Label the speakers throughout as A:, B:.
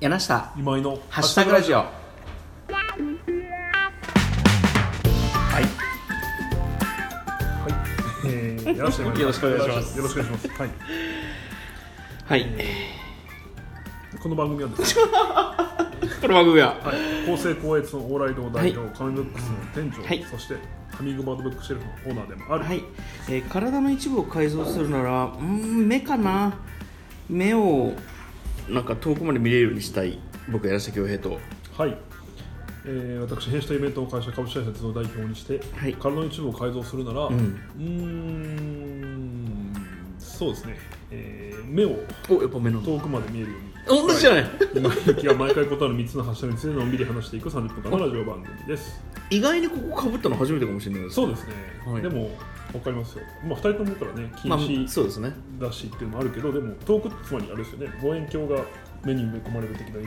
A: 柳下
B: 今井の
A: ハッシュタグラジオ
B: はい。はい。えー、よろしくお願いします。
A: よろしくお願いします
B: よろしくお願いします。はい。
A: はい
B: この番組はですね、
A: この番組は
B: はい、公正高越の往来堂代表、カメブックスの店長、
A: はい
B: そしてハミングバードブックシェルフのオーナーでもある、
A: はい、えー体の一部を改造するならうーん目かな目をなんか遠くまで見れるようにしたい僕柳下恭平と
B: はいえー、私、弊社イベント会社株式会社鉄道代表にして、
A: はい
B: 体の一部を改造するなら、う
A: うん
B: ーん、そうですね、えー、目を
A: おやっぱ目の
B: 遠くまで見えるように。
A: 同じじゃない、
B: 今ゆきが毎回答える3つの発射についてのんびり話していく30分間のラジオ番組です。
A: 意外にここかぶったの初めてかもしれないです
B: そうですね、
A: はい
B: でも分かりますよ、まあ、2人ともからね、禁
A: まあ
B: 止
A: そうですね
B: だしっていうのもあるけど、でも遠くってつまりあれですよね、望遠鏡が目に埋め込まれる的な意味、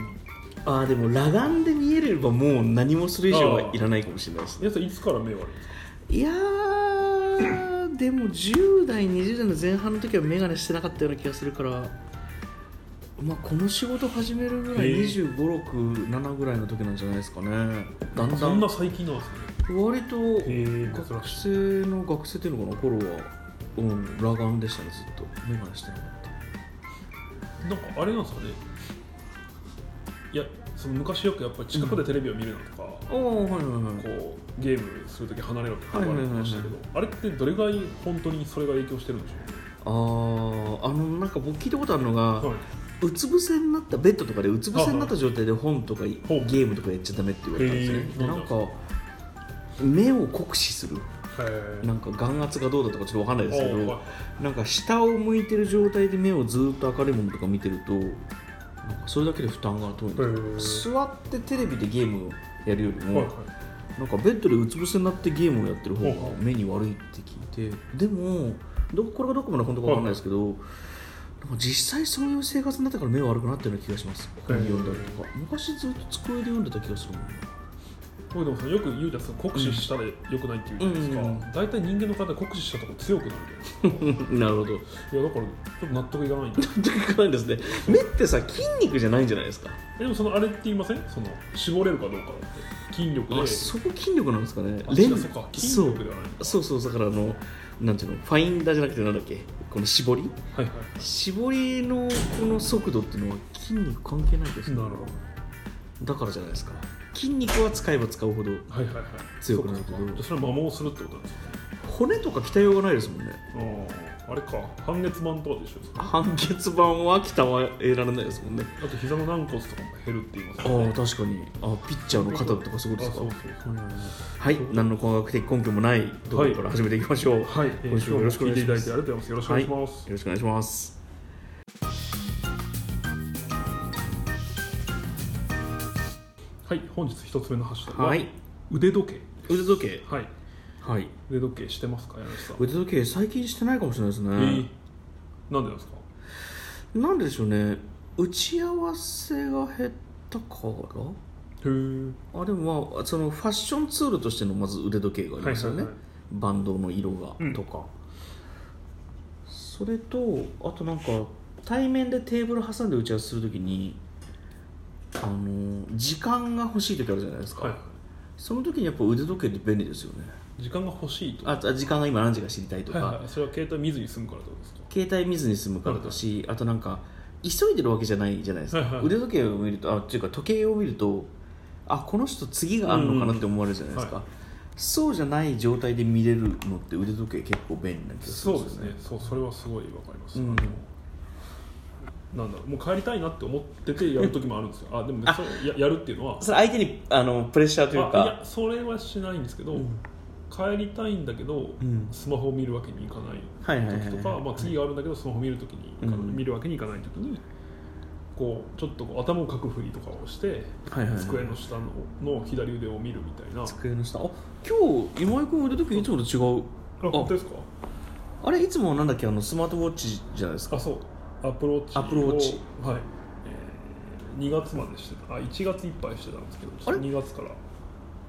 A: あーでも裸眼で見えればもう何もする以上はいらないかもしれないですね
B: 皆さん、いつから目悪いんですか
A: いやーでも10代20代の前半の時は眼鏡してなかったような気がするからまあこの仕事始めるぐらい
B: へえ
A: 2 5 6 7ぐらいの時なんじゃないですかねだんだ
B: そん
A: ん
B: な最近なんですね。
A: 割と
B: え
A: 学生の学生っていうのかな頃はうん裸眼でしたねずっと眼鏡してなかった
B: なんかあれなんですかね、いや、その昔よくやっぱり近くでテレビを見るなとか、
A: ああはいはいはい
B: こうゲームするとき離れろって言われてましたけど、あれってどれぐらい本当にそれが影響してるんでしょ
A: あーあのなんか僕聞いたことあるのが、
B: うね。はいう
A: つ伏せになったベッドとかでうつ伏せになった状態で本とかゲ
B: ほう
A: ームとかやっちゃダメって言われたんですよね
B: へー
A: でなんか目を酷使する
B: へー
A: なんか眼圧がどうだとかちょっとわかんないですけ
B: おー
A: ど
B: は
A: なんか下を向いてる状態で目をずっと明るいものとか見てるとなんかそれだけで負担が遠いん
B: へー
A: ですよ座ってテレビでゲームをやるより
B: いは
A: も
B: いはい
A: なんかベッドでうつ伏せになってゲームをやってる方
B: ほう
A: が目に悪いって聞いてでもどこれがどこまで本当かわかんないですけどなんか実際そういう生活になってから目悪くなったような気がします本読んだりとか昔ずっと机で読んでた気がするもんな
B: これでもさよく言うじゃんその酷使したらよくないって言うじゃないですか、
A: うんうんうん
B: 大体人間の体酷使したとこ強くなるじ ゃないですか
A: なるほど
B: いやだからちょっと納得いかないんだ
A: というかなんですね 目ってさ筋肉じゃないんじゃないですか
B: でもそのあれって言いませんその絞れるかどうかって筋力で
A: あそこ筋力なんですかね
B: あ
A: レン
B: 違うそっか筋力ではない
A: そうそうそうだからあのなんていうのファインダーじゃなくてなんだっけこの絞り
B: はいは
A: 絞りのこの速度っていうのは筋肉関係ないです
B: い
A: ね
B: なるほど
A: だからじゃないですか筋肉は使えば使うほど
B: はいはいはい
A: 強くなるけど
B: そうかそうかじゃあそれは摩耗するってことなんです
A: 骨とか鍛えようがないですもんね
B: ねあーあれか半月板とかでしょそれ
A: 半月板は鍛えられないですもんね
B: あと膝の軟骨とかも減るって言いま
A: あ
B: すよね
A: あ確かにあピッチャーの肩とかそういうことです
B: あそう
A: か
B: そうそう
A: はい何の科学的根拠もないところから始めていきましょうはい、
B: はい、
A: 今
B: えー、今
A: 週
B: 週
A: も
B: も
A: よろしくお
B: 聞
A: 願
B: い
A: いし
B: ていた
A: ま
B: だい
A: す
B: てありがとうございます。よろしくお願いします。
A: よろしくお願いします
B: はい、本日一つ目のハッシュタグは、
A: はい
B: 腕時計。
A: 腕時計
B: はい、
A: はい
B: 腕時計してますか、柳下さん。
A: 腕時計最近してないかもしれないですね、
B: えーなんでなんですか
A: なんででしょうね打ち合わせが減ったから
B: へー
A: あでもまあそのファッションツールとしてのまず腕時計がありますよね、
B: はいはいはい
A: バンドの色が
B: うん
A: とか、それとあとなんか対面でテーブル挟んで打ち合わせするときにあの時間が欲しい時あるじゃないですか、
B: はい、
A: その時にやっぱ腕時計って便利ですよね
B: 時間が欲しいと。
A: ああ時間が今何時か知りたいとか、
B: はいはい、それは携帯見ずに済むからってことですか。
A: 携帯見ずに済むからだし、あとなんか急いでるわけじゃないじゃないですか、
B: はいはい
A: 腕時計を見るとあっていうか時計を見るとあこの人次があるのかなって思われるじゃないですか、
B: うんは
A: そうじゃない状態で見れるのって腕時計結構便利な気がするん
B: そうですね、そう、それはすごいわかります。
A: うん
B: あのなんだろうもう帰りたいなって思っててやる時もあるんです よ。あ、でもね、
A: あ
B: そうややるっていうのは、
A: それ相手にあのプレッシャーという
B: あいや
A: か
B: それはしないんですけど、
A: うん
B: 帰りたいんだけど、
A: ん
B: スマホを見るわけにいかない
A: はいはいはいはい
B: 時とか、まあ、次があるんだけどスマホ見るときにいかない、
A: うん
B: 見るわけにいかないときにこうちょっとこう頭をかくふりとかをして、
A: はいはいはい
B: 机の下のの左腕を見るみたいなあ
A: 机の下あ今日今井君腕時計いつもと違う
B: 本当ですか
A: あれいつもなんだっけあのスマートウォッチじゃないですか
B: あそうアプローチを
A: アプローチ
B: はい、えー、2月までしてたあ1月いっぱいしてたんですけどちょっと
A: あ
B: 2月から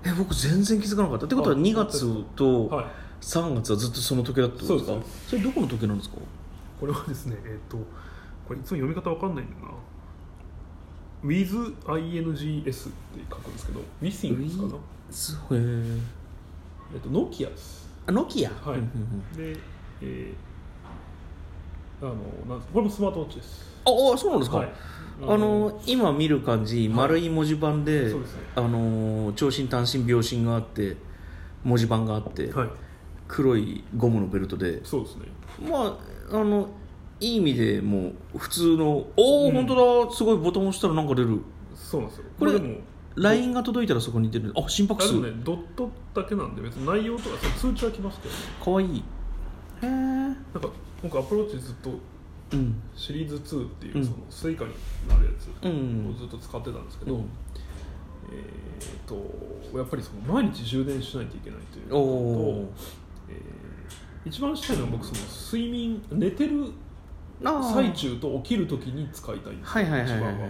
A: え僕全然気づかなかったってことは
B: あ
A: 2月と
B: はい
A: 3月はずっとその時計だったんですか
B: そうで
A: それどこの時計なんですか
B: これはですねえっ、とこれいつも読み方わかんないんだよな WithINGS って書くんですけど Withings かな、
A: すごいへー
B: えっと、ノキアです
A: あノキア
B: はい
A: うんうんうん
B: で、えー、あのなんこれもスマートウォッチです
A: ああそうなんですか、
B: はい
A: あの今見る感じ、丸い文字盤で
B: そうですね
A: あの長身単身秒針があって文字盤があって、
B: はい
A: 黒いゴムのベルトで
B: そうですね
A: まああのいい意味でもう普通のおお、
B: うん
A: 本当だすごいボタン押したらなんか出る
B: そうなんですよ
A: これ
B: でも
A: LINE が届いたらそこに出るあ心拍
B: あで
A: 数
B: もねドットだけなんで別に内容とかそう通知は来ますけどね
A: かわいいへえうん
B: なんか僕アプローチずっとシリーズ2っていううんそのスイカになるやつ
A: うん
B: をずっと使ってたんですけ
A: う
B: ど、
A: ん
B: えー、とやっぱりその毎日充電しないといけないという
A: お
B: こ
A: お
B: とと、えー一番したいのは僕その睡眠寝てる
A: なあ
B: 最中と起きる時に使いたいんです
A: は
B: よ
A: いはいはいはいはい
B: 一
A: はい
B: 番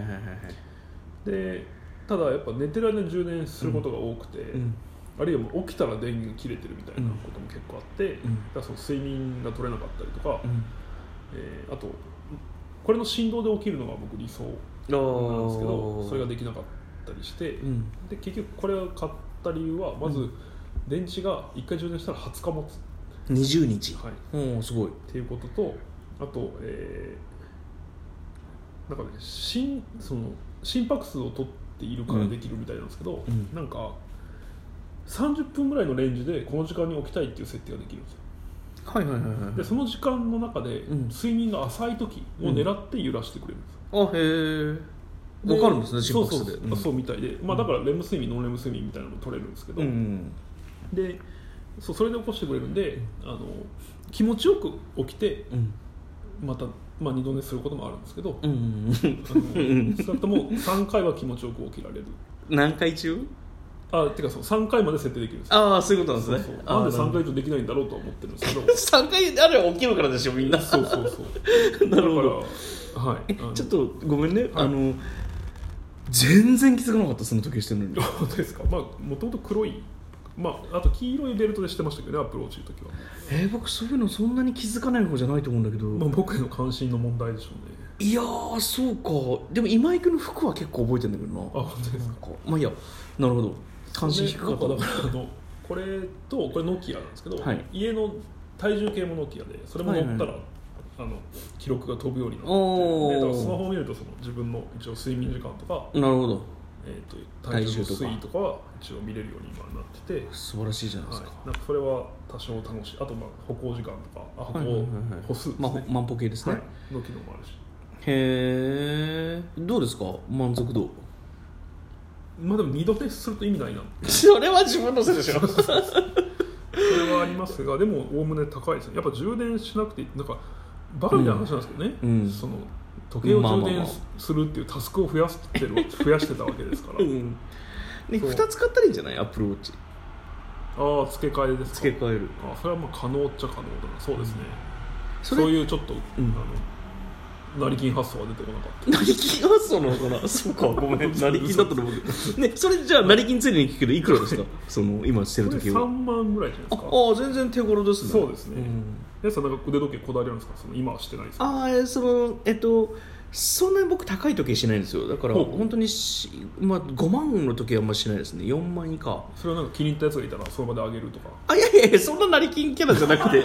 B: はでただやっぱ寝てる間に充電することが多くて、
A: うん
B: あるいはもう起きたら電源が切れてるみたいなことも結構あって、
A: うん
B: だからその睡眠が取れなかったりとか、
A: うん
B: えーあとこれの振動で起きるのが僕理想なん
A: あー
B: ですけどそれができなかったりして、
A: うん
B: で結局これを買った理由はまず電池が1回充電したら20日持つ、
A: 20日
B: はい、
A: おおすごい
B: っていうこととあと、えーなんかね心その心拍数を取っているからできるみたいなんですけど、
A: うん
B: なんか30分ぐらいのレンジでこの時間に起きたいっていう設定ができるんですよ
A: はいはいはいはい
B: でその時間の中で
A: うん
B: 睡眠が浅い時を狙って揺らしてくれるんですよ
A: あへえわかるんですね心拍数で
B: そうそうそう,、そうみたいで、まあ、だからレム睡眠ノンレム睡眠みたいなのも取れるんですけど、
A: うん
B: でそうそれで起こしてくれるんであの気持ちよく起きて
A: うん
B: また、まあ、二度寝することもあるんですけど、
A: うんうんうん
B: あの少なくとも3回は気持ちよく起きられる
A: 何回中
B: あてかそう3回まで設定できるんですよ
A: ああそういうことなん
B: そう
A: です
B: そう
A: ね
B: なんで3
A: 回
B: 回以上できないんだろうとは思ってるんですけど
A: 3回あれは起きるからでしょみんな
B: そうそうそ う
A: なるほど
B: だからはいあの
A: ちょっとごめんね、あの全然気づかなかったその時計してるのに
B: 本当ですかまあもともと黒いまああと黄色いベルトでしてましたけどねアプローチの時は、
A: えー僕そういうのそんなに気づかない方じゃないと思うんだけど、
B: まあ、僕への関心の問題でしょうね
A: いやーそうかでも今井君の服は結構覚えてんだけどな
B: あ本当です
A: な
B: か
A: んまあいいやなるほど関心低かった
B: でなんだからあのこれとこれノキアなんですけど、
A: はい
B: 家の体重計もノキアでそれも乗ったら、
A: は
B: あの記録が飛ぶようにな
A: お
B: っ
A: ー
B: てでだからスマホを見るとその自分の一応睡眠時間とか、
A: なるほど
B: えー、と体重の
A: 体重とか
B: 推移とかは一応見れるように今なってて、
A: 素晴らしいじゃないです
B: は
A: か、
B: い、なんかそれは多少楽しいあとまあ歩行時間とかあ歩行、
A: はいはいはいはい
B: 歩数ですね、
A: まあほ万歩計ですね、
B: はいの機能もあるし
A: へえどうですか満足度
B: まあでも二度寝すると意味ないな
A: それは自分のせいで しょ
B: それはありますがでもおおむね高いですねやっぱ充電しなくてなんかバカみたいな話なんですけどね、
A: うんうん
B: その時計を
A: まあ
B: 充
A: まあまあ
B: 電するっていうタスクを増やしてる増やしてたわけですから
A: うんね、
B: そう
A: 2つ買ったらいいんじゃないアップルウォッチ
B: ああ付け替えですか
A: 付け替える
B: あそれはまあ可能っちゃ可能だなそうですね、
A: そ
B: そう
A: れ
B: いうちょっと、
A: ん
B: あの成金発想は出てこなかった
A: 成金発想なのかな そうかごめん成金だったの僕ねそれじゃあ成金ついでに聞くけどいくらですかその今してる
B: これ
A: 時計
B: 3
A: は
B: 万ぐらいじゃないですか
A: ああ全然手頃ですね
B: そうですね
A: ん
B: 皆さんなんか腕時計こだわりあるんですかその今はしてないですか
A: ああそのえっとそんなに僕高い時計しないんですよだから
B: ほう
A: 本当にし、まあ、5万の時計はあんましないですね4万以下
B: それはなんか気に入ったやつがいたらその場であげるとか
A: あいやいやいやそんな成金キャラじゃなくて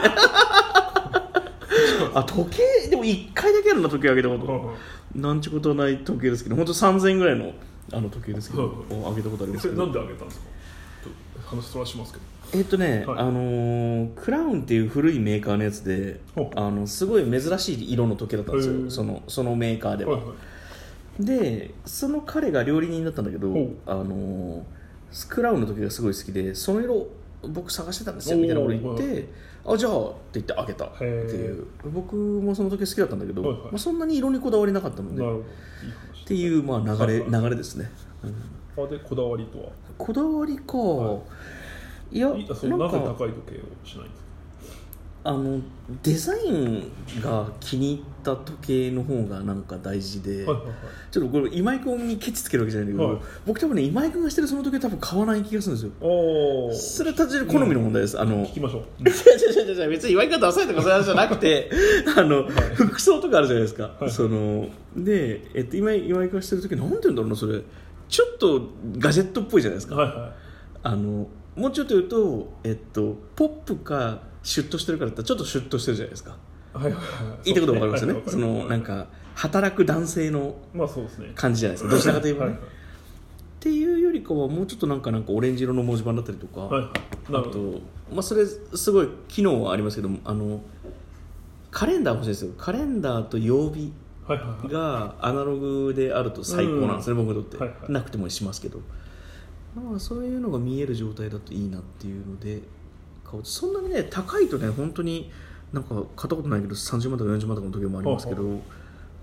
A: あ時計でも1回だけあるな時計あげたことなんちゅうことはない時計ですけど本当3000円ぐらいのあの時計ですけど、
B: はい
A: をあげたことあります
B: そ
A: け
B: れ
A: ど
B: なんであげたんですかちょっと話そらしますけど
A: えっとね、
B: はい
A: あのークラウンっていう古いメーカーのやつで
B: ほう
A: あのすごい珍しい色の時計だったんです
B: へー
A: よそのそのメーカーでは、
B: はいはい
A: でその彼が料理人だったんだけど
B: ほう
A: あのークラウンの時計がすごい好きでその色僕探してたんですよ
B: おー
A: みたいなこと言って「あじゃあ」って言って開けたっていう僕もその時計好きだったんだけど、
B: はいはい
A: まあ、そんなに色にこだわりなかったので
B: なるほど。
A: っていうまあ流れ
B: はいは
A: 流れですね、うん
B: あでこだわりとは。
A: こだわりか、い、や
B: いあそう
A: な
B: なんぜ
A: か
B: 高い時計をしないんですか。
A: あのデザインが気に入った時計の方がなんか大事で、
B: はいはいはい
A: ちょっとこれ今井君にケチつけるわけじゃないんだけど、
B: はい
A: 僕多分ね今井君がしてるその時計多分買わない気がするんですよ
B: おお
A: それは単純に好みの問題です、あの
B: 聞きましょう
A: 違う違う違う違う別に祝い方浅いとかそういう話じゃなくて あの、服装とかあるじゃないですか、
B: はい
A: そので、えっと、今祝い方してる時なんて言うんだろうなそれちょっとガジェットっぽいじゃないですか、
B: はいは
A: あのもうちょっと言うと、えっと、ポップかシュッとしてるかだったらちょっとシュッとしてるじゃないですか
B: いはいはいはい
A: 言いたいことわかりますよね
B: はい
A: そのなんか働く男性の
B: まあそうですね
A: 感じじゃないですかどちらかといえばね、
B: は
A: っ
B: い
A: ていうよりかはもうちょっとなんかなんかオレンジ色の文字盤だったりとか、
B: はいはいな
A: あ
B: るほど
A: と、まあ、それすごい機能はありますけどあのカレンダー欲しいんですよカレンダーと曜日
B: はいはいはい
A: がアナログであると最高なんですね、僕にとって、
B: はいはい
A: なくてもしますけど、まあ、そういうのが見える状態だといいなっていうので買おうとそんなにね高いとね本当になんか買ったことないけど30万とか40万とかの時計もありますけど、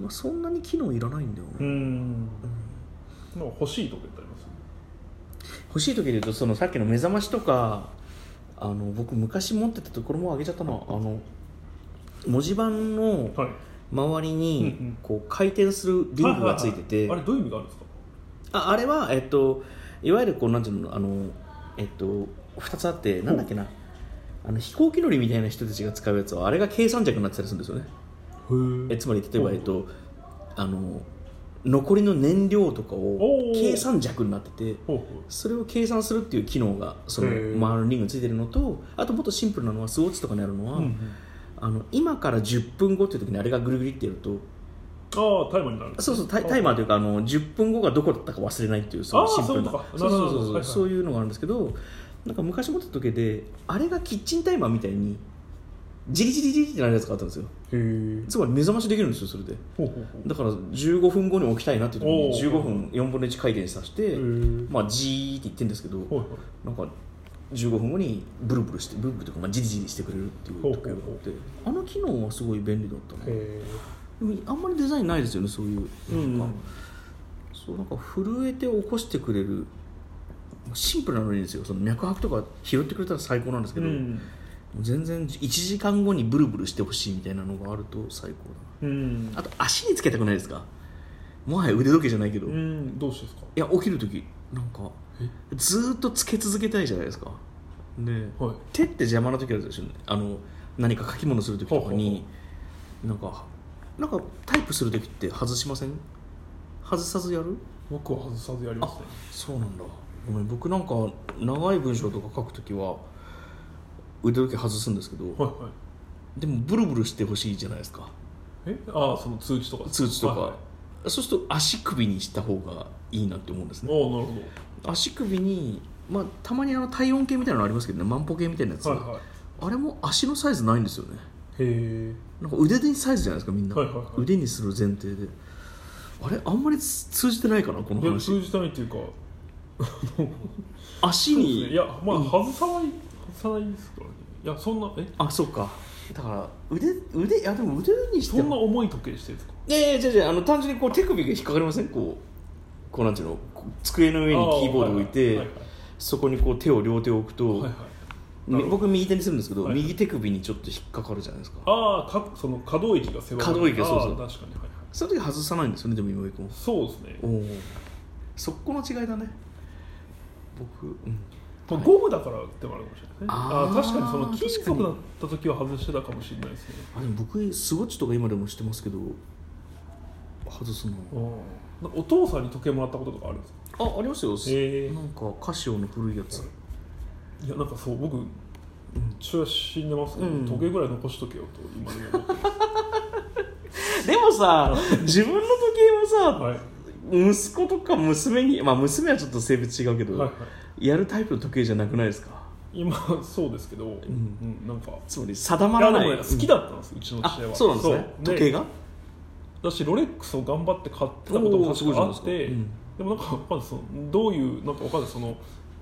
A: まあ、そんなに機能いらないんだよ
B: う
A: ね、
B: んなんか欲しいとこってあります
A: 欲しい時で言うとそのさっきの目覚ましとかあの僕昔持ってたところもあげちゃったなあの文字盤の
B: はい
A: 周り
B: うんうん
A: にこう回転するリングがついてて、
B: はははあれどういう意味があるんですか
A: ああれは、えっと、いわゆるこうなんていうのあの、えっと、2つあってなんだっけなあの飛行機乗りみたいな人たちが使うやつはあれが計算尺になってたりするんですよねえつまり例えば、
B: うん
A: えっと、あの残りの燃料とか
B: お
A: を
B: ー
A: 計算尺になってて
B: ほうほ
A: それを計算するっていう機能がその
B: へ
A: 周
B: ー
A: りのリングについてるのとあともっとシンプルなのはスウォッチとかにあるのは、
B: ううんうん
A: あの今から10分後っていう時にあれがぐるぐるってやると
B: ああタイマーになる
A: そうそうタイタイマーというかあの10分後がどこだったか忘れないっていうそう
B: あー
A: シンプルな
B: そういうこ
A: そう
B: とか
A: そうそうそう、
B: なるほどなるほどはいはい
A: そういうのがあるんですけどなんか昔持ってた時計であれがキッチンタイマーみたいにジリジリジリってなるやつがあったんですよ
B: へ
A: つまり目覚ましできるんですよそれで
B: ほうほうほう
A: だから15分後に起きたいなっていう時
B: お
A: に
B: ー
A: 15分4分の1回転させ
B: へ
A: て
B: ー
A: まあジーって言ってるんですけど
B: ほうほう
A: なんか15分後にブルブルしてブルブルというかまあジリジリしてくれるっていう時計があってあの機能はすごい便利だったな
B: へ
A: でもあんまりデザインないですよねそういう
B: ーうん
A: なんかそうなんか震えて起こしてくれるシンプルなのにですよその脈拍とか拾ってくれたら最高なんですけ
B: う
A: ど、
B: ん
A: 全然1時間後にブルブルしてほしいみたいなのがあると最高
B: うん
A: だなあと足につけたくないですかもはや腕時計じゃないけど、
B: う
A: い
B: んどうしてですか
A: や起きる時なんかずーっとつけ続けたいじゃないですかね
B: はい
A: 手って邪魔な時あるでしょあの何か書き物する時とかになんかなんかタイプする時って外しません外さずやる
B: 僕は外さずやりますね
A: そうなんだごめん僕なんか長い文章とか書くときは腕時計外すんですけど
B: はいはい
A: でもブルブルしてほしいじゃないですか
B: えああその通知とか
A: 通知とか、
B: はいはい
A: そうすると足首にした方がいいなって思うんですね
B: おおなるほ
A: 足首に、まあ、たまにあの体温計みたいなのありますけどね万歩計みたいなやつ、
B: どはいは
A: あれも足のサイズないんですよね
B: いへ
A: なんか腕にサイズじゃないですかみんな、
B: はいはいはい
A: 腕にする前提であれあんまり通じてないかなこの
B: え
A: 話
B: 通じたいっていうか
A: 足
B: そうで
A: に
B: すねいやまあ外さない外さないですからねいやそんなえ
A: あそうかだから腕腕いやでも腕にしても
B: そんな重い時計してるんですか
A: いやいやじゃじゃあの単純にこう手首が引っかかりませんこうこうなんていうのこう机の上にキーボードを置いて、
B: ああはいはい
A: そこにこう手を両手を置くと、
B: はいはい
A: み僕右手にするんですけど、
B: はい
A: 右手首にちょっと引っかかるじゃないですか
B: ああかその可動域が狭い
A: 可動域がそうそう
B: ああ確かにはいはい
A: その時外さないんですよねでも今井君は
B: そうですね
A: おおそこの違いだね僕うん
B: まあ
A: はい
B: ゴムだからってもあるかもしれないですね
A: あ
B: あ
A: ー
B: あ確かにその金
A: 確か
B: 属
A: に
B: だった時は外してたかもしれないですね
A: あでも僕スウォッチとか今でもしてますけど外すの
B: うんなんかお父さんに時計もらったこととかあるんですか
A: あありますよ、
B: へえ
A: なんかカシオの古いやつ
B: いやなんかそう僕父親死んでますけど、
A: うん
B: 時計ぐらい残しとけよと今でも思ってる
A: でもさ自分の時計もさ、
B: はい
A: 息子とか娘にまあ娘はちょっと性別違うけど、
B: はいはい
A: やるタイプの時計じゃなくないですか
B: 今そうですけど、うんんなんか
A: つまり定ま
B: いや
A: ら
B: で
A: な
B: も
A: い
B: ね好きだったんです、うちの父
A: あ
B: 親は
A: そうなんですね
B: そう
A: 時計が
B: だしロレックスを頑張って買ってたことも
A: おーすご
B: 確
A: いじゃ
B: か
A: ない
B: あ
A: です
B: っ
A: か
B: てで,、
A: うん
B: もなんかわかんないそのどういうなんかわかんないその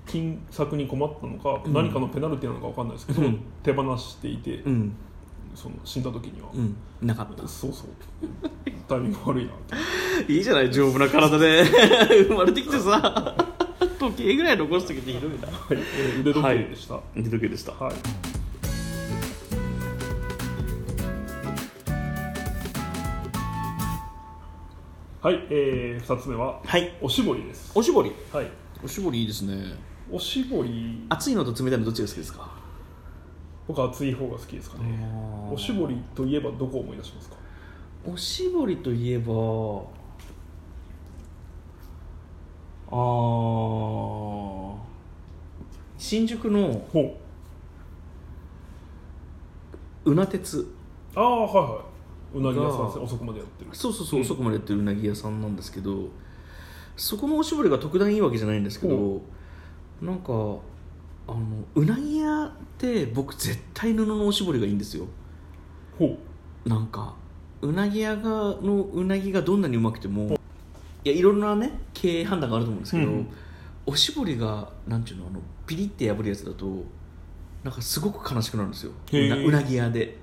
B: 金策に困ったのか、
A: うん
B: 何かのペナルティなのかわかんないですけど、
A: うん
B: 手放していて、
A: うん
B: その死んだ時には、
A: うんなかった
B: そうそうタイミング悪いなって
A: いいじゃない丈夫な体で 生まれてきてさ時計ぐらい残す時ってひどいな
B: はいえー腕時計でした、
A: 腕時計でした
B: はいはい、えー、2つ目は
A: はい
B: おしぼりです
A: おしぼり
B: はい
A: おしぼりいいですね
B: おしぼり
A: 熱いのと冷たいのどっちが好きですか
B: 僕は熱い方が好きですかねおしぼりといえばどこを思い出しますか
A: おしぼりといえばあー新宿の
B: ほう
A: うな鉄
B: ああはいはいうなぎ屋さんです
A: が
B: ね遅くまでやってる
A: そうそうそう、
B: うん
A: 遅くまでやってるうなぎ屋さんなんですけどそこのおしぼりが特段いいわけじゃないんですけど
B: ほ
A: なんかあのうなぎ屋って僕絶対布のおしぼりがいいんですよ
B: ほう
A: なんかうなぎ屋がのうなぎがどんなにうまくてもいやいろんなね経営判断があると思うんですけど、
B: うん
A: おしぼりがなんていうのあのピリって破るやつだとなんかすごく悲しくなるんですよ
B: へ
A: う
B: え
A: なうなぎ屋で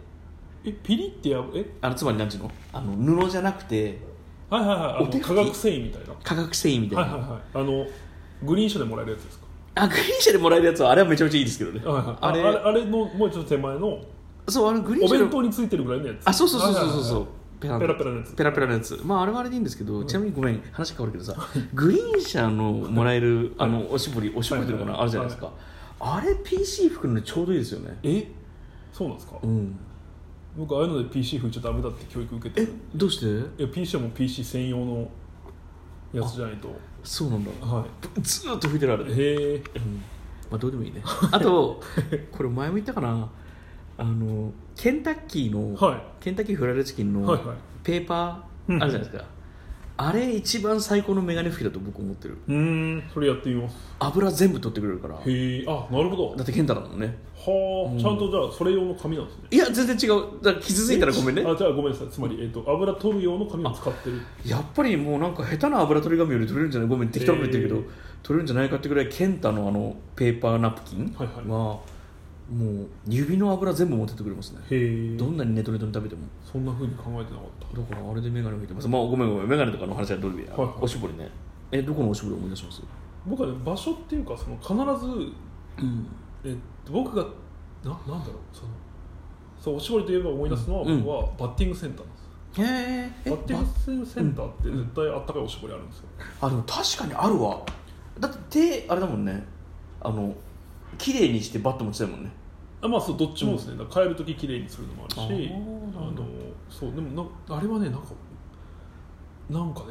B: えピリってやぶえ
A: あのつまりなんていうのあの布じゃなくて
B: はいはいはいあ
A: お手拭
B: の
A: き
B: 化学繊維みたいな
A: 化学繊維みたいな、
B: はいはいはいあのグリーン車でもらえるやつですか
A: あグリーン車でもらえるやつはあれはめちゃめちゃいいですけどね、
B: はいはい
A: あれ
B: あれあれのもうちょっと手前のお
A: そうあのグリーン車
B: 弁
A: の
B: 当についてるぐらいのやつ
A: あそうそうそうそうそう
B: はい
A: そ
B: は
A: うペ
B: い
A: ラ
B: はいペラペラのやつ
A: ペラペラのやつまああれはあれでいいんですけど、ちなみにごめん話変わるけどさグリーン車のもらえるあのおしぼりおしぼりというのかな、
B: はい
A: あるじゃないですか、あれ PC 拭くのにちょうどいいですよね
B: えそうなんですか
A: うん
B: 僕ああいうので PC 拭いちゃダメだって教育受けて
A: え
B: る
A: どうして
B: いや PC はもう PC 専用のやつじゃないと
A: そうなんだ
B: は
A: ずーっと拭いてられ
B: い
A: る
B: へえ
A: まあどうでもいいね あとこれ前も言ったかなあのケンタッキーの、
B: は
A: ケンタッキーフライドチキン
B: い
A: の、
B: はいはい
A: ペーパ
B: う
A: ー
B: ん
A: あるじゃないですか、あれ一番最高のメガネ拭きだと僕思ってる
B: うーんそれやってみます
A: 油全部取ってくれるから
B: へえあなるほど
A: だって健太だもんね
B: はあ、
A: うん
B: ちゃんとじゃあそれ用の紙なんですね
A: いや全然違うだから傷ついたらごめんね
B: あじゃあごめんなさいつまり、えっと油取る用の紙を使ってる
A: やっぱりもうなんか下手な油取り紙より取れるんじゃないごめん適当なこと言ってるけど、取れるんじゃないかってぐらい健太のあのペーパーナプキン
B: はいはい
A: もう指の油全部持ってってくれますね
B: へえ
A: どんなにネトネトに食べても
B: そんなふうに考えてなかった
A: だからあれでメガネ拭いてますまあごめんごめんメガネとかの話はどうでもいいや、
B: はいはい
A: おしぼりねえどこのおしぼり思い出します
B: 僕はね場所っていうかその必ず、
A: うん
B: え僕がななんだろうそのそうおしぼりといえば思い出すのは、
A: うん
B: 僕はバッティングセンターなんです
A: へええ
B: バッティングセンターって絶対あったかいおしぼりあるんですよ、
A: あでも確かにあるわだって手あれだもんねあの綺麗にしてバット持ちたいもんね
B: あまあそうどっちもですね、だから帰る時きれいにするのもあるし
A: あー
B: あのそうでもなあれはねなんかなんかね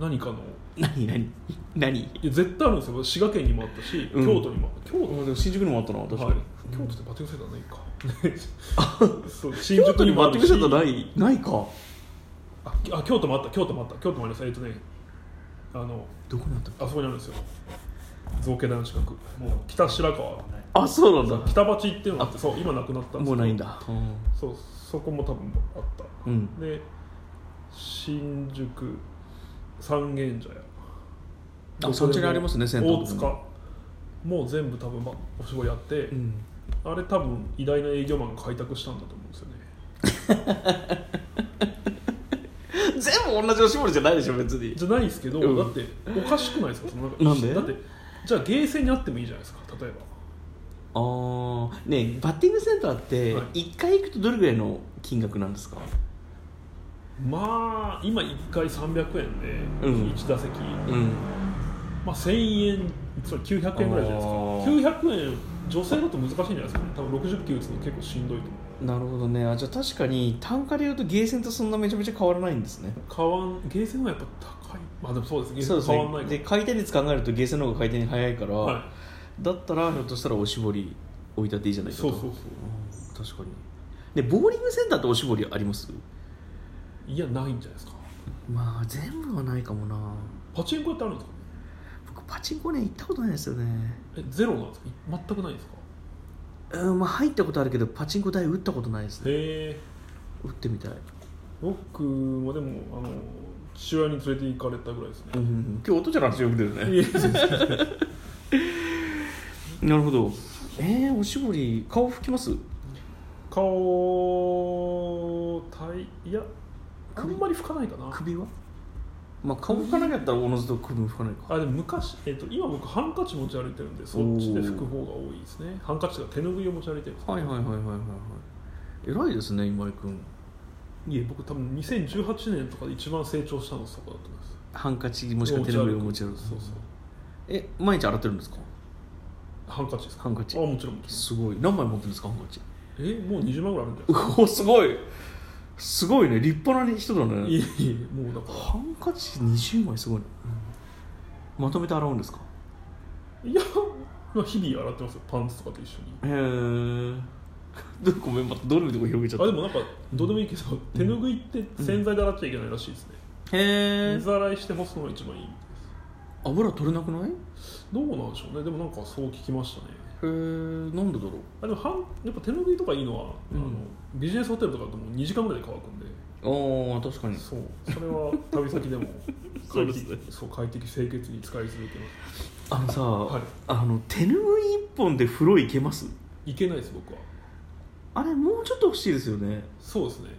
B: 何かの
A: 何何何
B: いや絶対あるんですよ滋賀県にもあったし、
A: うん
B: 京都にもあった京都、
A: でも新宿にもあったな確かに、
B: はい、京都ってバッティングセンターない かそう新
A: 京都にバッ
B: あ
A: ティン
B: る
A: グ
B: し
A: センターないないか
B: あきあ京都もあった京都もあった京都もありますえっとねあの
A: どこにあった
B: あそこにあるんですよ造形大の近くもう北白川
A: あそうなんだ
B: 北町っていうのがあってそう今なくなったんですけど
A: もうないんだ
B: そうそこも多分あった
A: うん
B: で新宿三軒茶屋
A: あそちらありますね銭湯
B: 大塚もう全部多分、ま、おしぼりあって、
A: うん
B: あれ多分偉大な営業マンが開拓したんだと思うんですよね
A: 全部同じおしぼりじゃないでしょ別に
B: じゃないですけど、
A: うん
B: だっておかしくないですかそのなんか
A: なんで
B: だってじゃあゲーセンにあってもいいじゃないですか例えば
A: あーねえバッティングセンターって
B: はい
A: 1回行くとどれぐらいの金額なんですか、
B: まあ今1回300円で
A: うん
B: 1打席、
A: うん
B: まあ、1000円それ900円ぐらいじゃないです
A: あ
B: か
A: ー
B: 900円女性だと難しいんじゃないですか、ね、多分60球打つの結構しんどいと思う
A: なるほどねあじゃあ確かに単価でいうとゲーセンとそんなめちゃめちゃ変わらないんですね
B: 変わんゲーセンはやっぱ高いまあでもそうですゲーセ
A: そ
B: ン
A: う
B: は
A: ですね
B: 変わんな
A: で
B: いか
A: 回転率考えるとゲーセンの方が回転早いから、
B: らは
A: だったらひょっとしたらおしぼり置いたっていいじゃない
B: い
A: か
B: そ
A: と
B: うそうそ
A: うん確かにでボーリングセンターっておしぼりあります
B: ういやないんじゃないですか
A: まあ全部はないかもな
B: パチンコやってあるんですかね
A: 僕パチンコね行ったことないですよね
B: えゼロなんですかい全くないんですか
A: うんまあ入ったことあるけどパチンコ台打ったことないですね
B: へえ
A: 打ってみたい、
B: 僕もでもあの父親に連れて行かれたぐらいですね
A: ん、今日音じゃなくてよく出る
B: いや全然
A: なるほどえー、おしぼり顔拭きます
B: 顔たいいやあんまり拭かないかな
A: 首はまあ顔拭かなかったらおのずと首も拭かないか
B: あでも昔、えっと今僕ハンカチ持ち歩いてるんでそっちで拭く方が多いですねハンカチとか手拭いを持ち歩いてるんです
A: はいはいはいはいはいはい偉いですね今井君
B: いえ僕多分2018年とかで一番成長したのそこだと思います
A: ハンカチもしくは手ぬぐいを持ち歩く
B: そうそう
A: え毎日洗ってるんですか
B: ハンカチですか
A: ハンカチ
B: あもちろんもち
A: すごい何枚持ってるんですかハンカチ
B: ろんえもう20万ぐらいあるんじゃ
A: うおすごいすごいね立派な人だ
B: ないで
A: ね
B: すかいえいえもうだから
A: ハンカチ20枚すごいね、まとめて洗うんですか
B: いやまあ日々洗ってますよパンツとかと一緒に
A: へえ ごめんまたどれのとこ広げちゃった
B: あでもなんかどうでもいいけど手ぬぐいって洗剤で洗っちゃいけないらしいですね、
A: へえ
B: 水洗いして干すのが一番いいみたい
A: 油取れなくないへ
B: ですどうなんでしょうねでもなんかそう聞きましたね
A: えなんでだろ
B: あでもはんやっぱ手ぬぐいとかいいのは、
A: うん
B: あのビジネスホテルとかだともう2時間ぐらいで乾くんで
A: うああ確かに
B: そうそれは旅先でも
A: そうで
B: 快
A: すね
B: 適そう快適清潔に使い続けま
A: あのさ、
B: はい
A: あの手ぬぐい一本で風呂いけます
B: すいけないです僕は
A: あれもうちょっと欲しいですよね
B: そうですね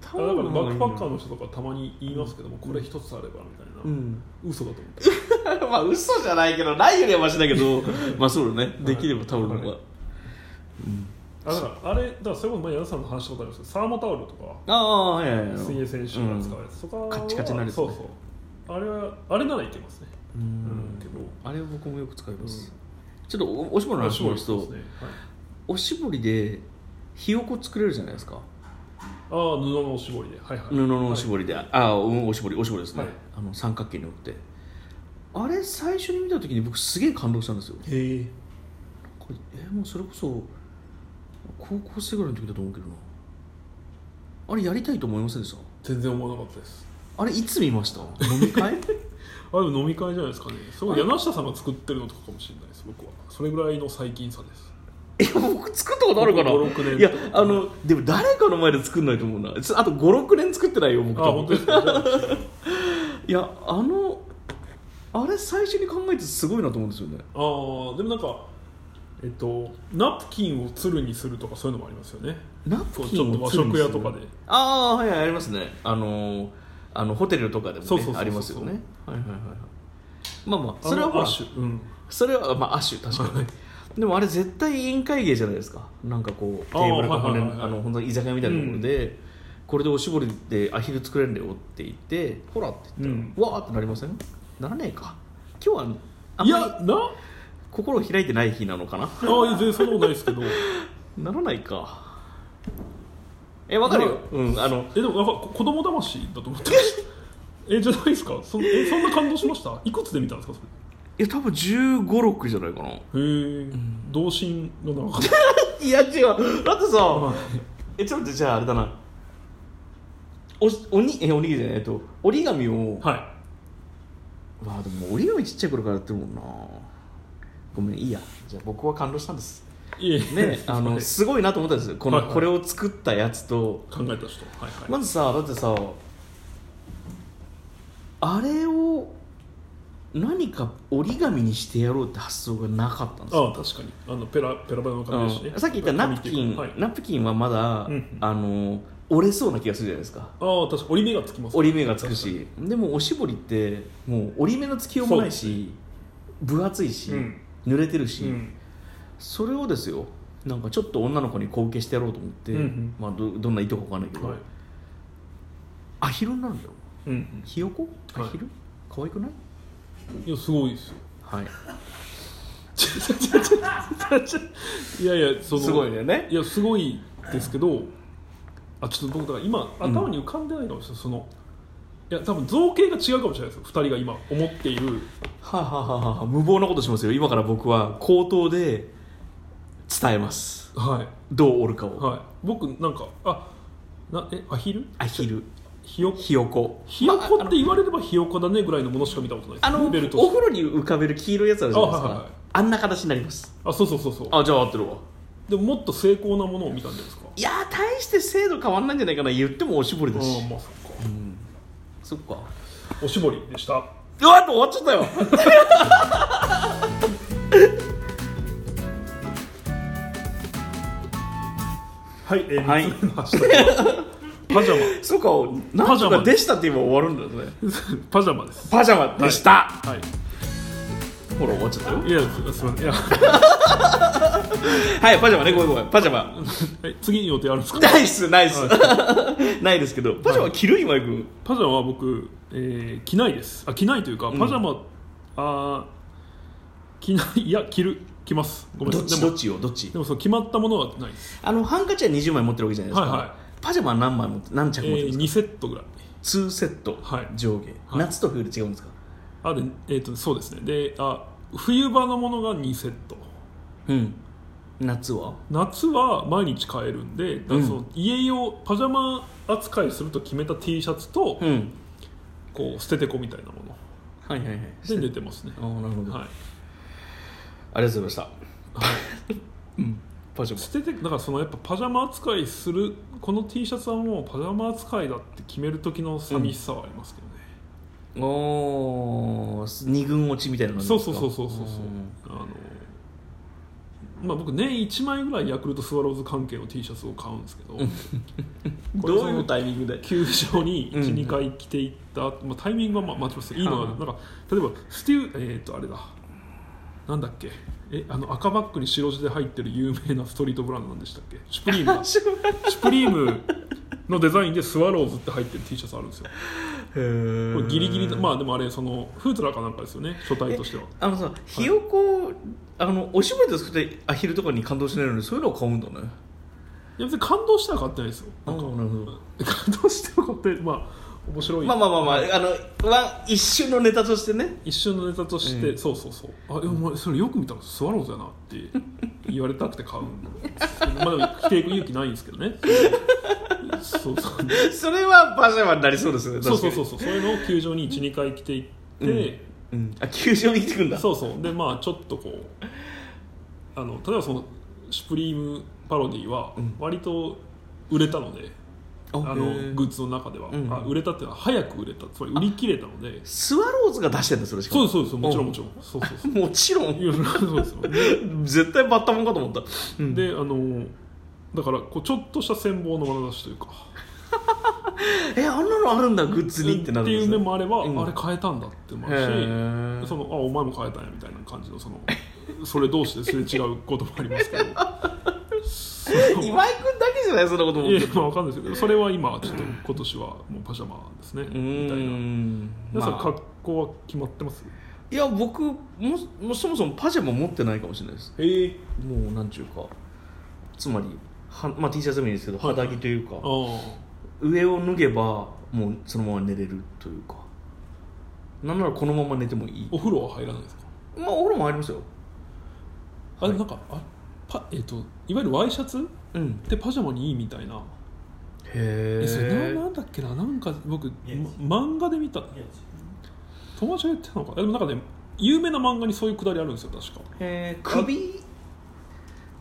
A: タ
B: あだからバ
A: 方が
B: ッ
A: いい
B: ク
A: ん
B: パ
A: だ
B: ッカーの人とかたまに言いますけども、これ一つあればみたいな、
A: うん
B: 嘘だと思っ て
A: まあ嘘じゃないけどないよりはマシだけど まあそうだねできればタオルの方が、
B: はい
A: うん
B: あだからあれだからそれこそ前矢田さんの話したことありますけどサーモタオルとか
A: ああはいはいはい
B: 水泳選手が使われてとかは、
A: カッチカチになるやつね
B: そうそうあれはあれならいけますね
A: う
B: うんけど
A: あれを僕もよく使います、ちょっとおおしぼりの
B: あ
A: 話もですと
B: そうですねはい
A: おしぼりでひよこ作れるじゃないですか
B: ああ布のおしぼりではいはい
A: 布のおし
B: り
A: ぼりで、ああおおしぼりおしぼりですね、
B: はい
A: あの三角形に折ってあれ最初に見た時に僕すげえ感動したんですよ
B: へえ
A: これえもうそれこそ高校生ぐらいの時だと思うけどなあれやりたいと思いませんでした
B: 全然思わなかったです
A: あれいつ見ました飲み会
B: あでも飲み会じゃないですかねそれ柳下さんが作ってるのとかかもしれないです僕はそれぐらいの最近さです
A: いや僕作ったことあるかな
B: 5 6年
A: いやあのでも誰かの前で作んないと思うなつあと56年作ってないよ僕
B: あ
A: 多分
B: 本当ですかじゃあ
A: いやあのあれ最初に考えてすごいなと思うんですよね
B: あーでもなんかえっとナプキンをつるにするとかそういうのもありますよね
A: ナプ
B: そう
A: キ
B: ちょっ
A: ン
B: と
A: を
B: 和
A: つるに
B: 食
A: する
B: 屋とかで
A: ああはいはいありますねあのーあのホテルとかでも
B: そうそ
A: ね
B: うそうそう
A: ありますよねはいはいはいはいまあまあ
B: あ
A: それは
B: の
A: ほ
B: ア
A: ら
B: ッシュうん
A: それはまあアッシュ確かにでもあれ絶対委員会芸じゃないですかなんかこうテ
B: あー
A: ーブルとか
B: はい
A: ね
B: はいはいはい
A: あの本当に居酒屋みたいなところで、これでおしぼりでアヒル作れるんだよって言ってほらって言ったら、わーってなりませんならねえか今日はあん
B: い
A: ま
B: や
A: り
B: な
A: 心を開いてない日なのかな
B: ああ全然そんなことないですけど え
A: ならないかえわかるよ、うん、あの
B: でもなんかこ子供魂だと思ってました えじゃないですかそんえそんな感動しま したいくつで見たんですかそれ
A: いや多分1 5 6じゃないかな
B: へえ、童心の中 で
A: いや違うだってさえちょっと待ってじゃああれだなおしおにえおにぎりじゃないえっと折り紙を
B: は
A: まあでも折り紙ちっちゃい頃からやってるもんなごめんいいやじゃあ僕は感動したんです
B: いい え
A: ねあの
B: 考
A: すごいなと思ったんですよこの、
B: はいはい
A: これを作ったやつと
B: えた人はいはい、
A: まずさだってさあれを何か折り紙にしてやろうって発想がなかったんです
B: ああ
A: よ、
B: 確かにあのペラペラペラの
A: う
B: 感じで
A: ん
B: すね
A: さっき言ったナプキン、
B: はい、
A: ナプキンはまだ、
B: うん
A: あの折れそうな気がするじゃないですか
B: ああ確かに折り目がつきますね
A: 折り目がつくしでもおしぼりってもう折り目のつきようもないし、分厚いし、
B: うん
A: 濡れてるし、
B: うん
A: それをですよなんかちょっと女の子に貢献してやろうと思って、
B: うんうん
A: まあ、どどんないとこかわかんないけど、
B: はい
A: アヒルになるんだよ
B: うん
A: ひよこア
B: はい
A: ヒル、可愛くない
B: いやすごいですよ
A: はい
B: いやいやそ の
A: すごいよね
B: いやすごいですけどあちょっと僕だから今頭に浮かんでないかもしれない、そのいや多分造形が違うかもしれないですよ2人が今思っている
A: はあ、はあはあはあ、無謀なことしますよ今から僕は口頭で伝えます
B: はい
A: どうおるかを、
B: はい僕なんかあなえアヒル
A: アヒル
B: ひよ
A: ひよこ
B: ひよこって言われればひよこだねぐらいのものしか見たことないです
A: あのお風
B: ベルト
A: 呂に浮かべる黄色いやつあるじゃないですかあ,、
B: あはいはいはい
A: んな形になります
B: あそうそうそうそう
A: あじゃあ合ってるわ
B: でももっと精巧なものを見たんじゃないですか
A: いやー大して精度変わんないんじゃないかな言ってもおしぼりだし
B: ああまあそっか
A: そっか
B: おしぼりでした
A: うわっと終わっちゃったよ
B: はい、えー、
A: はい
B: 3つ目のハッシュタグは パジャ
A: そうかなん
B: パジ
A: と
B: ャマ
A: かでしたって今終わるんだよね
B: マパジャマです
A: パジャマでした、
B: はい
A: フォロー終わっちゃったよ
B: いやすすいませんいや
A: はいパジャマねごめんごめんパジャマ
B: はい次に予定あるんですか
A: ナイスナイス ないですけどパジャマ着る今井君
B: パジャマは僕、えー着ないですあ着ないというか
A: ん
B: パジャマ、あー着ないいや着る着ますごめん
A: どっ
B: なさ
A: ち
B: い
A: ど
B: で
A: っ
B: も
A: ちよどっち
B: でもそう決まったものはないです、
A: あのハンカチは20枚持ってるわけじゃないですか、
B: はいはい
A: パジャマは何枚持って何
B: え
A: 着持ってるん
B: ー、
A: ですか、
B: 2セットぐらい
A: 2セット、
B: はい
A: 上下、
B: はい
A: 夏と冬で違うんですか
B: あで、えー、とそうですねであ冬場のものが2セット
A: うん夏は
B: 夏は毎日買えるんでだからその
A: うん
B: 家用パジャマ扱いすると決めた T シャツと、
A: ん
B: こう捨ててこみたいなもの
A: はいはいはい
B: で寝てますね
A: ああなるほど、
B: はい
A: ありがとうございました、うんパジャマ
B: 捨ててだからそのやっぱパジャマ扱いするこの T シャツはもうパジャマ扱いだって決める時の寂しさはありますけどね、
A: おー二軍落ちみたいなの
B: そうそうそうそうそうそうあのまあ僕年1枚ぐらいヤクルトスワローズ関係の T シャツを買う んですけどこれ
A: どういうタイミングで
B: 球場に
A: うん
B: 12回着ていった、まあ、タイミングはまあ待ちますよいいのは
A: は
B: なん
A: い
B: か例えばスティーえっ、とあれだなんだっけえあの赤バッグに白地で入ってる有名なストリートブランドなんでしたっ けシュプリームだシ ュプリームのデザインでスワローズって入ってる T シャツあるんですよこれギリギリだまあでもあれそのフートラーかなんかですよね書体としては
A: あのさひよこ、あのお芝居で作ってアヒルとかに感動しないのにそういうのを買うんだね
B: いや別に感動したら買ってないですよ
A: あ
B: なん
A: な
B: か
A: るほど
B: 感動しては買ってまあ面白い
A: まあまあまあまああのわ一瞬のネタとしてね
B: 一瞬のネタとして、
A: うん
B: そうそうそう「あえお前それよく見たらスワローズやな」って言われたくて買うんです けどまあでも着ていく勇気ないんですけどねそうそう
A: それはパジャマになりそうですね
B: そうそうそううそうそういうのを球場に12回着ていって、
A: う、ん、あ球場に来てくんだ
B: そうそうでまあちょっとこうあの例えばその「シュプリームパロディは
A: ん
B: 割と売れたので、
A: あ
B: あ
A: へ
B: の
A: ー
B: グッズの中では、
A: うん
B: あ売れたっていうのは早く売れたつまり売り切れたので
A: スワローズが出してんだそれしか
B: そう
A: も
B: ですそうですもちろんもちろんそうそうそ
A: も
B: う
A: ちろん
B: いやそうですよで
A: 絶対バッタモンかと思った、 うん
B: であのだからこうちょっとした羨望の眼差しというか
A: えあんなのあるんだグッズにってなるんで
B: い
A: す
B: う
A: ね
B: 面もあれば、
A: うん
B: あれ変えたんだってもあ
A: へ
B: る
A: ー
B: しそのあお前も変えたんやみたいな感じのそのそれ同士ですれ違うこともありますけどそのいや
A: 今井君だけじゃないそんなこと思ってる
B: まあわかんないですけどそれは今ちょっと今年はもうパジャマですねみ
A: う
B: たいな
A: ーん
B: 皆さん
A: まあ
B: 格好は決まってます
A: いや僕ももそもそもパジャマ持ってないかもしれないです
B: ええ
A: もうなんちゅうかつまりは、まあ、T シャツでもいいですけど
B: はい
A: 肌着というか、
B: ああ
A: 上を脱げばもうそのまま寝れるというかなんならこのまま寝てもいい
B: お風呂は入らないですか
A: まあお風呂もありますよ
B: あ
A: は
B: れ
A: い
B: なんかあパえっ、といわゆるワイシャツ
A: うん
B: ってパジャマにいいみたいな
A: へ
B: えそれな
A: え
B: なんだっけななんか僕、
A: いや
B: ま漫画で見た友達が言ってたのかなでもなんかね有名な漫画にそういうくだりあるんですよ確か
A: えー首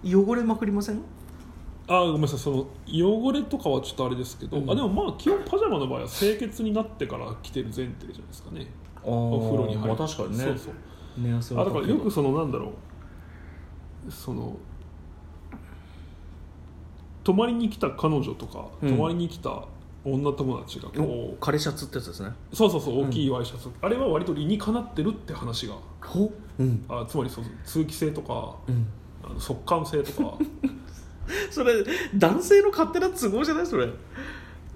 A: 汚れまくりません
B: あーごめんなさいその汚れとかはちょっとあれですけど、
A: うん
B: あでもまあ基本パジャマの場合は清潔になってから着てる前提じゃないですかね
A: お
B: お風呂に入る、
A: まあ、確かにね
B: そうそう
A: 寝汗は
B: あだから
A: かくけ
B: よ
A: ど
B: くそのなんだろうその泊まりに来た彼女とか、
A: うん
B: 泊まりに来た女友達がこう
A: お枯シャツってやつですね
B: そうそうそう大きいワイシャツ、あれは割と理にかなってるって話が
A: ほうん
B: あつまりそう通気性とか
A: うん
B: あの速乾性と か
A: それ男性の勝手な都合じゃないそれ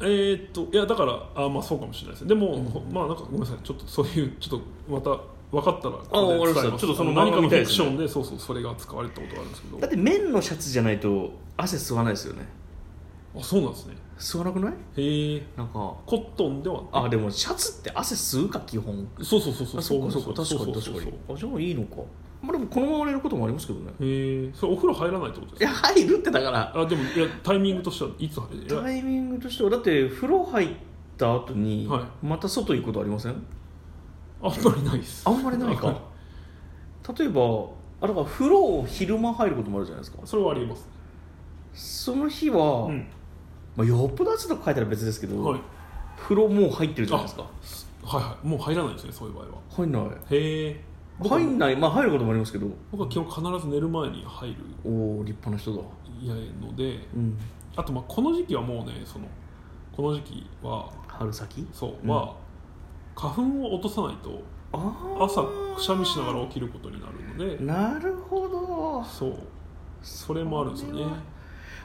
B: えーっといやだからあまあそうかもしれないですねでも、ほまあなんかごめんなさいちょっとそういうちょっとまた分かったらここ
A: わかりました
B: 伝えます
A: ちょっとその
B: 何か
A: 漫画
B: の
A: み
B: フ
A: たい
B: ィ
A: で
B: ク
A: すね
B: ションでそうそうそれが使われたことがあるんですけど
A: だって綿のシャツじゃないと汗吸わないですよね
B: あそうなんですね
A: 吸わなくない
B: へえ
A: なんか
B: コットンでは
A: あでもシャツって汗吸うか基本
B: そうそうそうそう
A: あそうかそうか
B: そ
A: 確か
B: う
A: に
B: そうそう
A: 確かにあじゃあいいのかまあでもこのまま寝ることもありますけどね
B: へえそれお風呂入らないってこと
A: い
B: です
A: や
B: か
A: 入るってだから
B: あでもいやタイミングとしてはいつ入るいや
A: タイミングとしてはだって風呂入った後に
B: は
A: また外行くことありません、
B: あんまりないです
A: あんまりない
B: はい
A: か例えばあだから風呂を昼間入ることもあるじゃないですか
B: それはありえます
A: その日は、
B: うん
A: まあ、よっぽど汗とか書いたら別ですけど、
B: はい
A: 風呂もう入ってるじゃないですか
B: はいはいもう入らないですねそういう場合は
A: 入んない
B: へえ僕は
A: 入んないまあ入ることもありますけど
B: 僕は基本必ず寝る前に入る
A: おお立派な人だ
B: やので
A: うん
B: あとまあこの時期はもうねそのこの時期は
A: 春先
B: そう、
A: うん
B: は花粉を落とさないと
A: あ
B: 朝くしゃみしながら起きることになるので
A: ななるほど
B: そうそれもあるんですよね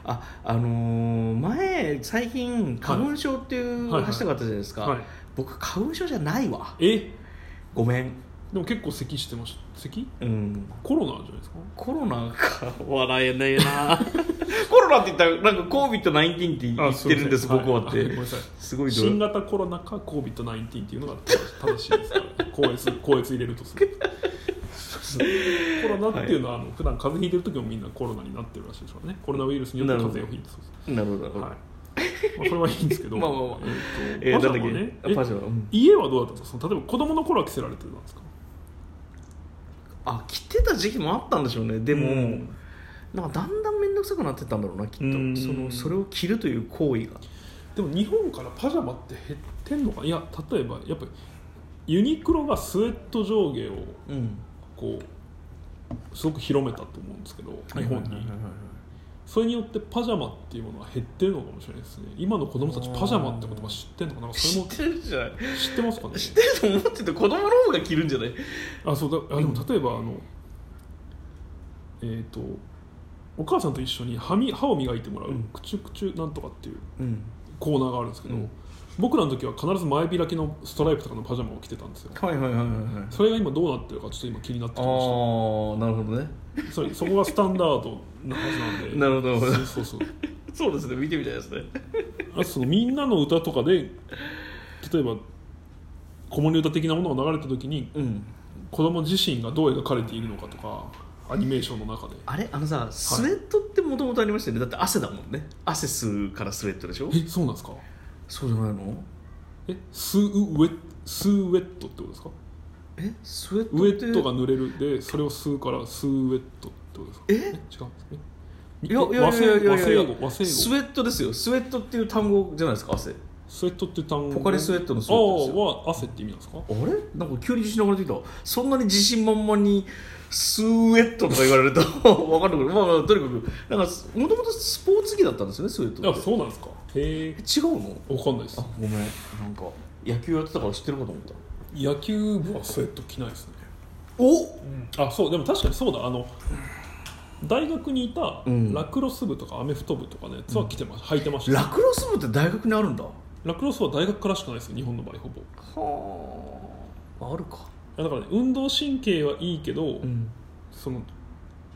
A: ああのー前最近花粉症っていう
B: はい
A: ハッシュタグあったじゃないですか、
B: はい
A: 僕花粉症じゃないわ
B: え
A: ごめん
B: でも結構咳してました咳
A: うん
B: コロナじゃないですか
A: コロナか笑えねえな コロナって言ったらなんか COVID-19 って言ってるんです
B: あいませ
A: 僕はっ
B: い
A: て
B: ごめんなさい
A: すごい
B: 新
A: ど
B: 型コロナか COVID-19 っていうのが正しいですから、ね、高熱 高熱入れるとするコロナっていうのは、あの普段風邪ひいてる時もみんなコロナになってるらしいですからねコロナウイルスによって風邪をひいてそうです
A: なるほどなるほど、
B: はいまあ、それはいいんですけ ど
A: まあまあまあ
B: え
A: え
B: ー
A: ー、
B: と
A: なんだっ
B: パジャマね
A: けあパジャマ、うん
B: え家はどうだったんですかその例えば子供の頃は着せられてたんですか
A: あ着てた時期もあったんでしょうねでも、
B: うん
A: なんかだんだん面倒くさくなってったんだろうなきっと
B: うん
A: そのそれを着るという行為が
B: でも日本からパジャマって減ってんのかないや例えばやっぱりユニクロがスウェット上下を
A: うん
B: こうすごく広めたと思うんですけど日本に、それによってパジャマっていうものは減ってるのかもしれないですね今の子供たちパジャマって言葉知ってんのかななんか
A: 知
B: それ
A: っ
B: も
A: てるじゃない
B: 知ってますかね
A: 知ってると思ってて子供の方が着るんじゃない
B: あそうだあでも例えばあの、えっ、とお母さんと一緒に歯み歯を磨いてもらう、
A: うん
B: クチュクチュなんとかっていう
A: うん
B: コーナーがあるんですけど、
A: うん
B: 僕らの時は必ず前開きのストライプとかのパジャマを着てたんですよ
A: はいはいはいはいはい
B: それが今どうなってるかちょっと今気になって
A: あ
B: きま
A: あな
B: し
A: るほどね
B: たそれそこがスタンダードなはずなんで
A: なるほど
B: そうそうそう
A: そうですね見てみたいですね
B: あとそのみんなの歌とかで例えば子守歌的なものが流れた時に
A: うん
B: 子供自身がどう描かれているのかとかアニメーションの中で
A: あれあのさスウェットってもともとありましたよねだって汗だもんね汗吸うからスウェットでしょ
B: えそうなんですか
A: そうじゃないの
B: えスウェッスウェットってことですか
A: えスウェッ
B: ウェ
A: トって
B: ットが濡れるでそれを吸うからスウェットってことですか
A: え
B: 違うんですかね
A: いやいや
B: 和
A: い
B: 製
A: やいやいや
B: 和製語和製
A: スウ
B: 語
A: ェットですよスウェットっていう単語じゃないですか汗
B: スウェットって単語
A: ポカリスウェットのスウェットですよ
B: ああは汗って意味なんですか
A: あれなんか急に自信なくなってきたそんなに自信満々にスウェットとか言われると 分かんなくなるまあまあとにかくなんかもともとスポーツ着だったんですよねスウェットっ
B: あ
A: て
B: そうなんですかへえ
A: 違うの
B: わかんないです
A: あごめんなんか野球やってたから知ってるかと思った
B: 野球部はスウェット着ないですね
A: お
B: あそうでも確かにそうだあの大学にいた
A: うん
B: ラクロス部とかアメフト部とかのやつは着てま履いてました
A: ラクロス部って大学にあるんだ
B: ラクロスは大学からしかないですよ日本の場合ほぼ
A: は
B: い
A: ああるか
B: やだからね運動神経はいいけど、
A: うん
B: その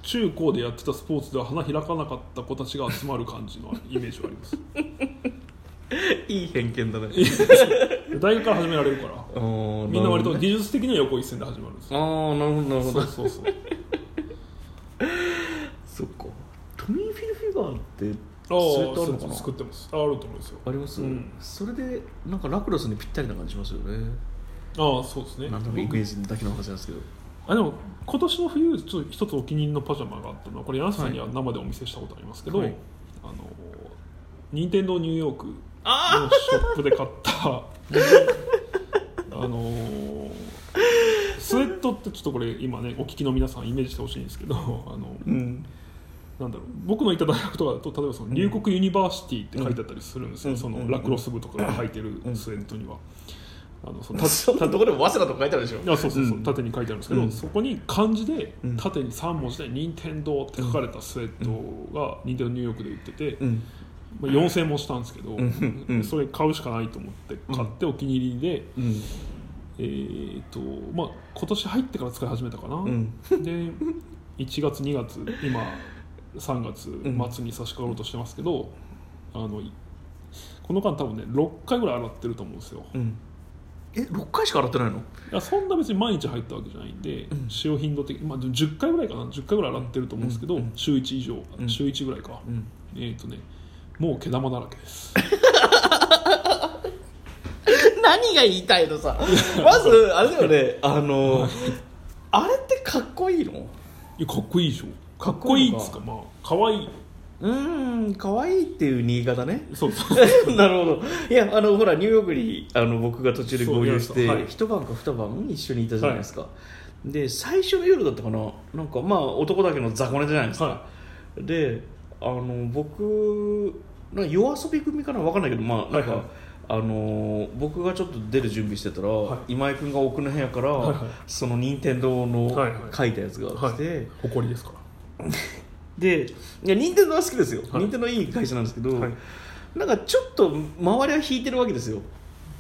B: 中高でやってたスポーツでは花開かなかった子たちが集まる感じのイメージはあります
A: いい偏見だね
B: 大学から始められるからみ
A: み
B: んな割と技術的には横一線で始まるんです
A: あ
B: よ
A: あなるほどな るほ
B: そ
A: ど
B: うそうそう
A: そっかトミー・フィルフィガーってス
B: ああ
A: ウェットあるのかな
B: 作ってますああると思うんですよ
A: あります、
B: うん
A: それでなんかラクロスにぴったりな感じしますよね
B: ああそうですね
A: なんとなくイメージだけの話なんですけど
B: あでも今年の冬ちょっと一つお気に入りのパジャマがあったのはこれ柳瀬さんには生でお見せしたことありますけど、
A: はい
B: あの任天堂ニューヨークの
A: あ
B: ショップで買ったあのスウェットってちょっとこれ今ねお聞きの皆さんイメージしてほしいんですけどあの
A: うん
B: なんだろう僕のいた大学とかだと例えばその入国ユニバーシティって書いてあったりするんですよ、
A: うん
B: そ
A: うんう
B: の
A: ん
B: ラクロス部とかが履いてる
A: うん
B: スウェットには。あのその
A: た そんなところでも早稲田とか書いてあるでしょ
B: あそうそうそう、
A: ん
B: 縦に書いてあるんですけど、
A: うん
B: そこに漢字で
A: うん
B: 縦に3文字で「任天堂って書かれたスウェットが任天堂ニューヨークで売ってて、
A: うん
B: まあ、4000もしたんですけど、
A: んうん
B: それ買うしかないと思って買ってお気に入りで、
A: うん
B: えーっとまあ、今年入ってから使い始めたかな、
A: うん
B: で1月2月今3月末に差し掛かろうとしてますけど、あのいこの間多分ね6回ぐらい洗ってると思うんですよ
A: うんえ六6回しか洗ってないの
B: いやそんな別に毎日入ったわけじゃないんで、
A: ん
B: 使用頻度的に、まあ、でも10回ぐらいかな10回ぐらい洗ってると思うんですけど、
A: うんうん
B: 週1以上、
A: うん
B: 週1ぐらいか、
A: ん
B: えっ、とねもう毛玉だらけです
A: 何が言いたいのさまずあれだよね あのあれってかっこいいの
B: いやかっこいいでしょかっ
A: っ
B: こ
A: こ
B: い
A: い
B: い
A: い
B: っ
A: のか
B: つうかまあかわいいう
A: ーん可愛いっていう新潟ね
B: そ うそう
A: なるほどいやあのほらニューヨークにあの僕が途中で合流し
B: そうい
A: て、
B: らっしゃいはい
A: 一晩か二晩一緒にいたじゃないですか、で最初の夜だったかななんかまあ男だけの雑魚寝じゃないですか、
B: は
A: であの僕なんか夜遊び組かな分かんないけどまあなんか、
B: はいはい
A: あのー僕がちょっと出る準備してたら、
B: はい
A: 今井君が奥の部屋から、
B: はいはい
A: その任天堂の
B: はいはい
A: 書いたやつが来て、
B: 誇りですか
A: でいや任天堂は好きですよ、
B: はい
A: 任天堂いい会社なんですけど、
B: はい
A: なんかちょっと周りは引いてるわけですよ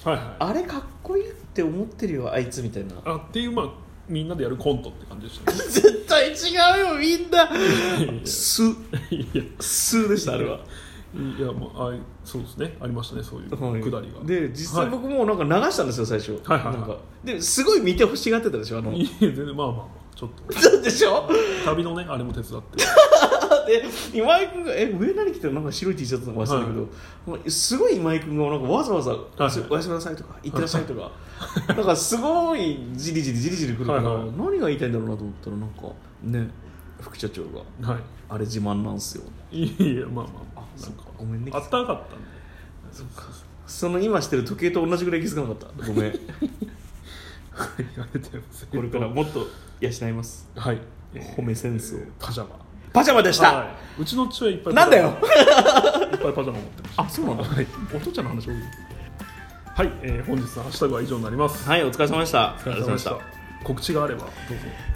B: らはいはいあ
A: あれかっこいいって思ってるよあいつみたいな
B: っていうまあみんなでやるコントって感じでしたね
A: 絶対違うよみんない
B: やいや
A: す
B: いや
A: すでしたあれはい
B: やまああいそうですねありましたねそういうく
A: はい
B: だりが
A: で実際
B: は
A: 僕もなんか流したんですよ最初、
B: はいはいはい
A: なんかですごい見てほしがってたでしょあの
B: いいや全然まあまあまあちょっと
A: そうでしょ
B: 旅のねあれも手伝って
A: で今井君がえ上何着てるなんか白い T シャツとか忘れたけど、もうすごい今井君がなんかわざわざ「
B: はい
A: おやすみなさい」とか「いってらっしゃい」とか、なんかすごいじりじりじりじりくるから、
B: はいはい
A: 何が言いたいんだろうなと思ったらなんかね副社長が
B: は
A: 「あれ自慢なんすよ
B: いいやいやまあまあまあなんか
A: ごめんね
B: あったかかったんで」
A: その今してる時計と同じぐらい気づかなかったご めんこ
B: はいありがとうございます
A: れからもっと養います
B: はいえー
A: 褒めセンスを
B: パジャマ
A: パジャマでし
B: は
A: た
B: いうちの父はいっぱい
A: なんだよ
B: パジャマいっぱいパジャマ持ってました
A: あそうなんだ
B: はいお父ちゃんの話多いはい、えー、本日のハッシュタグは以上になります
A: はいお疲れ様でしたお
B: お疲れ様でした告知があればどうぞ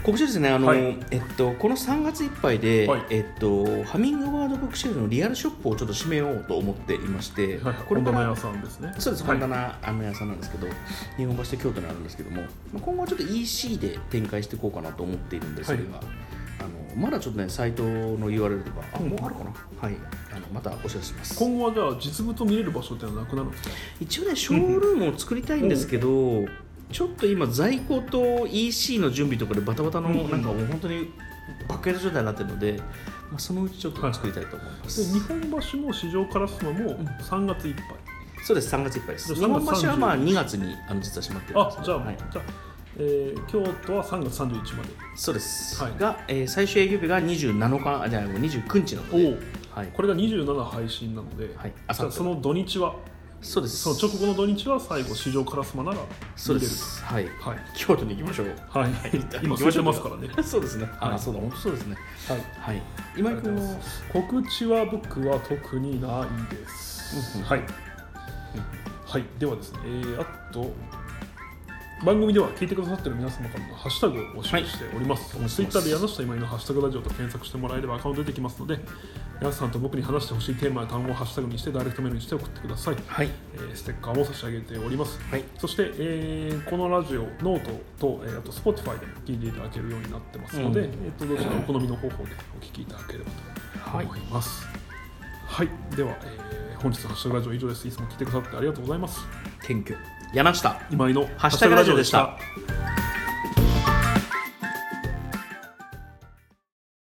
A: 告知ですねあの、
B: はい
A: えっと、この3月いっぱいで、
B: はい
A: えっと、ハミングワードブックシェルのリアルショップをちょっと閉めようと思っていまして、
B: はい
A: これ
B: 本
A: か
B: 棚
A: ら
B: 屋さんですね
A: そうです
B: は
A: 本
B: い
A: 棚、あの屋さんなんですけど日本橋と京都にあるんですけどもまあ今後はちょっと EC で展開していこうかなと思っているんですが、
B: はい
A: あのまだちょっとねサイトの URL とかあ
B: うん
A: もうあるかな、はいあのまたお知らせします
B: 今後はじゃあ実物を見れる場所っていうのはなくなるんですか
A: 一応ねショールームを作りたいんですけど、ちょっと今在庫と EC の準備とかでバタバタの、
B: うん
A: なんかもう本当にバックヤード状態になってるので、まあ、そのうちちょっと作りたいと思います、
B: で日本橋も市場からすのも
A: ん
B: 3月いっぱい、
A: そうです3月いっぱいです
B: じ
A: 日
B: ゃあ3
A: 本
B: 月
A: 橋はまあ
B: 30
A: 2月にあの実は閉まってるんです
B: あ
A: けど
B: じゃあ、
A: はい
B: じゃあ、えー京都は3月31日まで
A: そうです、
B: はい
A: が、えー最終営業日が27日あじゃないもう29日なので、
B: お
A: はい
B: これが27配信なので、
A: はい、
B: じゃ
A: 明
B: あ
A: 後日
B: その土日は
A: そうです
B: その直後の土日は最後市場からすまなら
A: そう
B: 見
A: で
B: れる
A: すはい
B: はい
A: 京都に行きまし ょう
B: はい、今空いてますからね
A: そうですねあ、
B: はい
A: そうだ本当そうですね
B: はい
A: はい今井君は
B: 告知は僕は特にないです、
A: うんうん
B: はい、はいではですね、えーあと番組では聞いてくださってる皆様からのハッシュタグを募集しております、
A: はい
B: ツイッターで柳下今井のハッシュタグラジオと検索してもらえればアカウント出てきますので皆さんと僕に話してほしいテーマや単語をハッシュタグにしてダイレクトメールにして送ってください、
A: はい
B: えーステッカーも差し上げております
A: はい
B: そして、えーこのラジオ、ノートと、えーあと Spotify でも聞いていただけるようになってますので、
A: うん
B: えー、とどちらお好みの方法でお聞きいただければと思います。はい、では、えー本日のハッシュタグラジオ以上です。いつも聞いてくださってありがとうございます。
A: 謙虚柳下
B: 今井の
A: ハッシュタグラジオでした
B: ハッシュタグラジオでした。